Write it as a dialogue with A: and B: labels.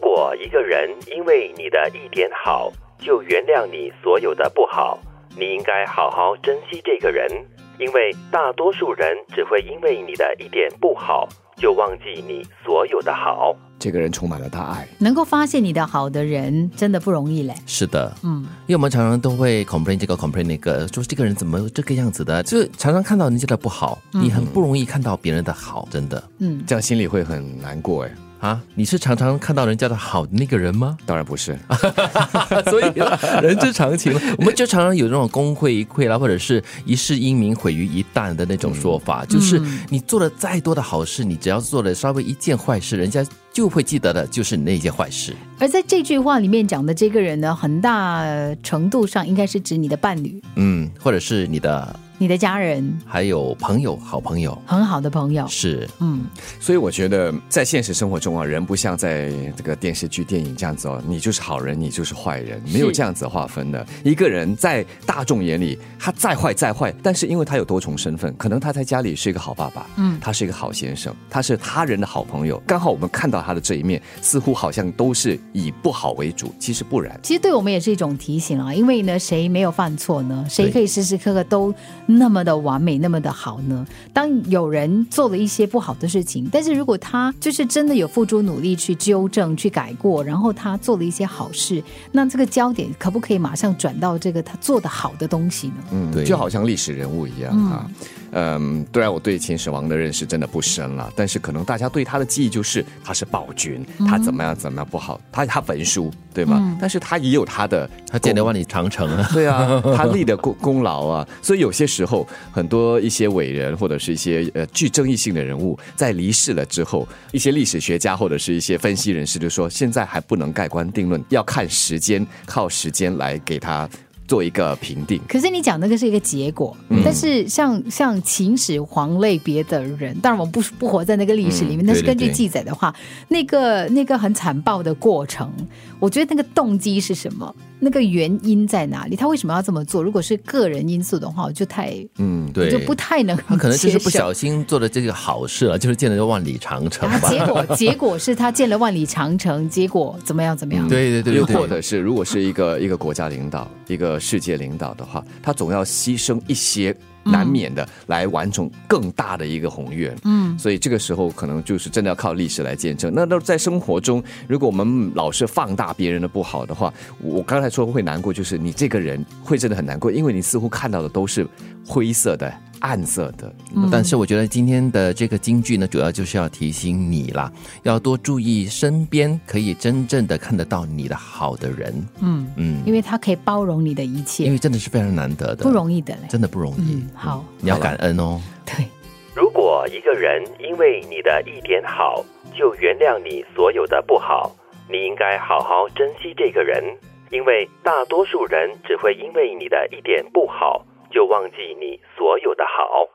A: 果一个人因为你的一点好就原谅你所有的不好，你应该好好珍惜这个人，因为大多数人只会因为你的一点不好就忘记你所有的好。
B: 这个人充满了大爱。
C: 能够发现你的好的人真的不容易嘞。
D: 是的，
C: 嗯，
D: 因为我们常常都会 complain 这个 complain 那个，说这个人怎么这个样子的，就是常常看到人家的不好，
B: 嗯
D: 你很不容易看到别人的好，真的
C: 嗯，
B: 这样心里会很难过哎。
D: 啊！你是常常看到人家的好的那个人吗？
B: 当然不是，
D: 所以人之常 情，我们就常常有那种功亏一篑啦，或者是一世英名毁于一旦的那种说
B: 嗯
D: 法，就是你做了再多的好事，你只要做了稍微一件坏事，人家就会记得的就是你那一件坏事。
C: 而在这句话里面讲的这个人呢，很大程度上应该是指你的伴侣、
D: 嗯，或者是你的
C: 你的家人、
D: 还有朋友、好朋友
C: 很好的朋友。
D: 是。
C: 嗯，
B: 所以我觉得在现实生活中啊，人不像在这个电视剧、电影这样子哦，你就是好人，你就是坏人，没有这样子划分的。一个人在大众眼里，他再坏再坏，但是因为他有多重身份，可能他在家里是一个好爸爸，
C: 嗯
B: 他是一个好先生，他是他人的好朋友。刚好我们看到他的这一面，似乎好像都是以不好为主，其实不然。
C: 其实对我们也是一种提醒啊，因为呢，谁没有犯错呢？谁
D: 对
C: 可以时时刻刻都那么的完美，那么的好呢？当有人做了一些不好的事情，但是如果他就是真的有付出努力去纠正、去改过，然后他做了一些好事，那这个焦点可不可以马上转到这个他做的好的东西呢？
B: 嗯，
D: 对
B: 就好像历史人物一样哈。嗯，虽然我对秦始皇的认识真的不深了，但是可能大家对他的记忆就是他是暴君，他怎么样怎么样不好，他他文书对吗？但是他也有他的
D: 他建了万里长城 啊！
B: 对啊，他立的功功劳啊，所以有些时候，很多一些伟人或者是一些呃具争议性的人物，在离世了之后，一些历史学家或者是一些分析人士就说，现在还不能盖棺定论，要看时间，靠时间来给他做一个评定。
C: 可是你讲那个是一个结果，
D: 嗯
C: 但是像像秦始皇类别的人，当然我们不不活在那个历史里面，
D: 嗯
C: 但是根据
D: 对对对
C: 记载的话，那个那个很残暴的过程，我觉得那个动机是什么？那个原因在哪里？他为什么要这么做？如果是个人因素的话，我就太
B: 嗯，
C: 我
D: 对，
C: 就不太能
D: 他可能就是不
C: 接受
D: 小心做了这个好事了，就是建了万里长城
C: 啊
D: 吧。
C: 结果结果是他建了万里长城，结果怎么样怎么样？
D: 对对对
B: 又
D: 对
B: 或
D: 对，
B: 者是，如果是一个一 个国家领导、一个世界领导的话，他总要牺牲一些难免的来完成更大的一个宏愿。
C: 嗯，
B: 所以这个时候可能就是真的要靠历史来见证。那那在生活中，如果我们老是放大别人的不好的话，我我刚才说会难过，就是你这个人会真的很难过，因为你似乎看到的都是灰色的、暗色的。
C: 嗯
D: 但是我觉得今天的这个京剧呢，主要就是要提醒你啦，要多注意身边可以真正的看得到你的好的人，
C: 嗯，
D: 嗯，
C: 因为他可以包容你的一
D: 因
C: 切，
D: 为真的是非常难得的，
C: 不容易的嘞。
D: 真的不容易。
C: 嗯，好，
D: 你要感恩哦。
C: 对。
A: 如果一个人因为你的一点好就原谅你所有的不好，你应该好好珍惜这个人，因为大多数人只会因为你的一点不好就忘记你所有的好。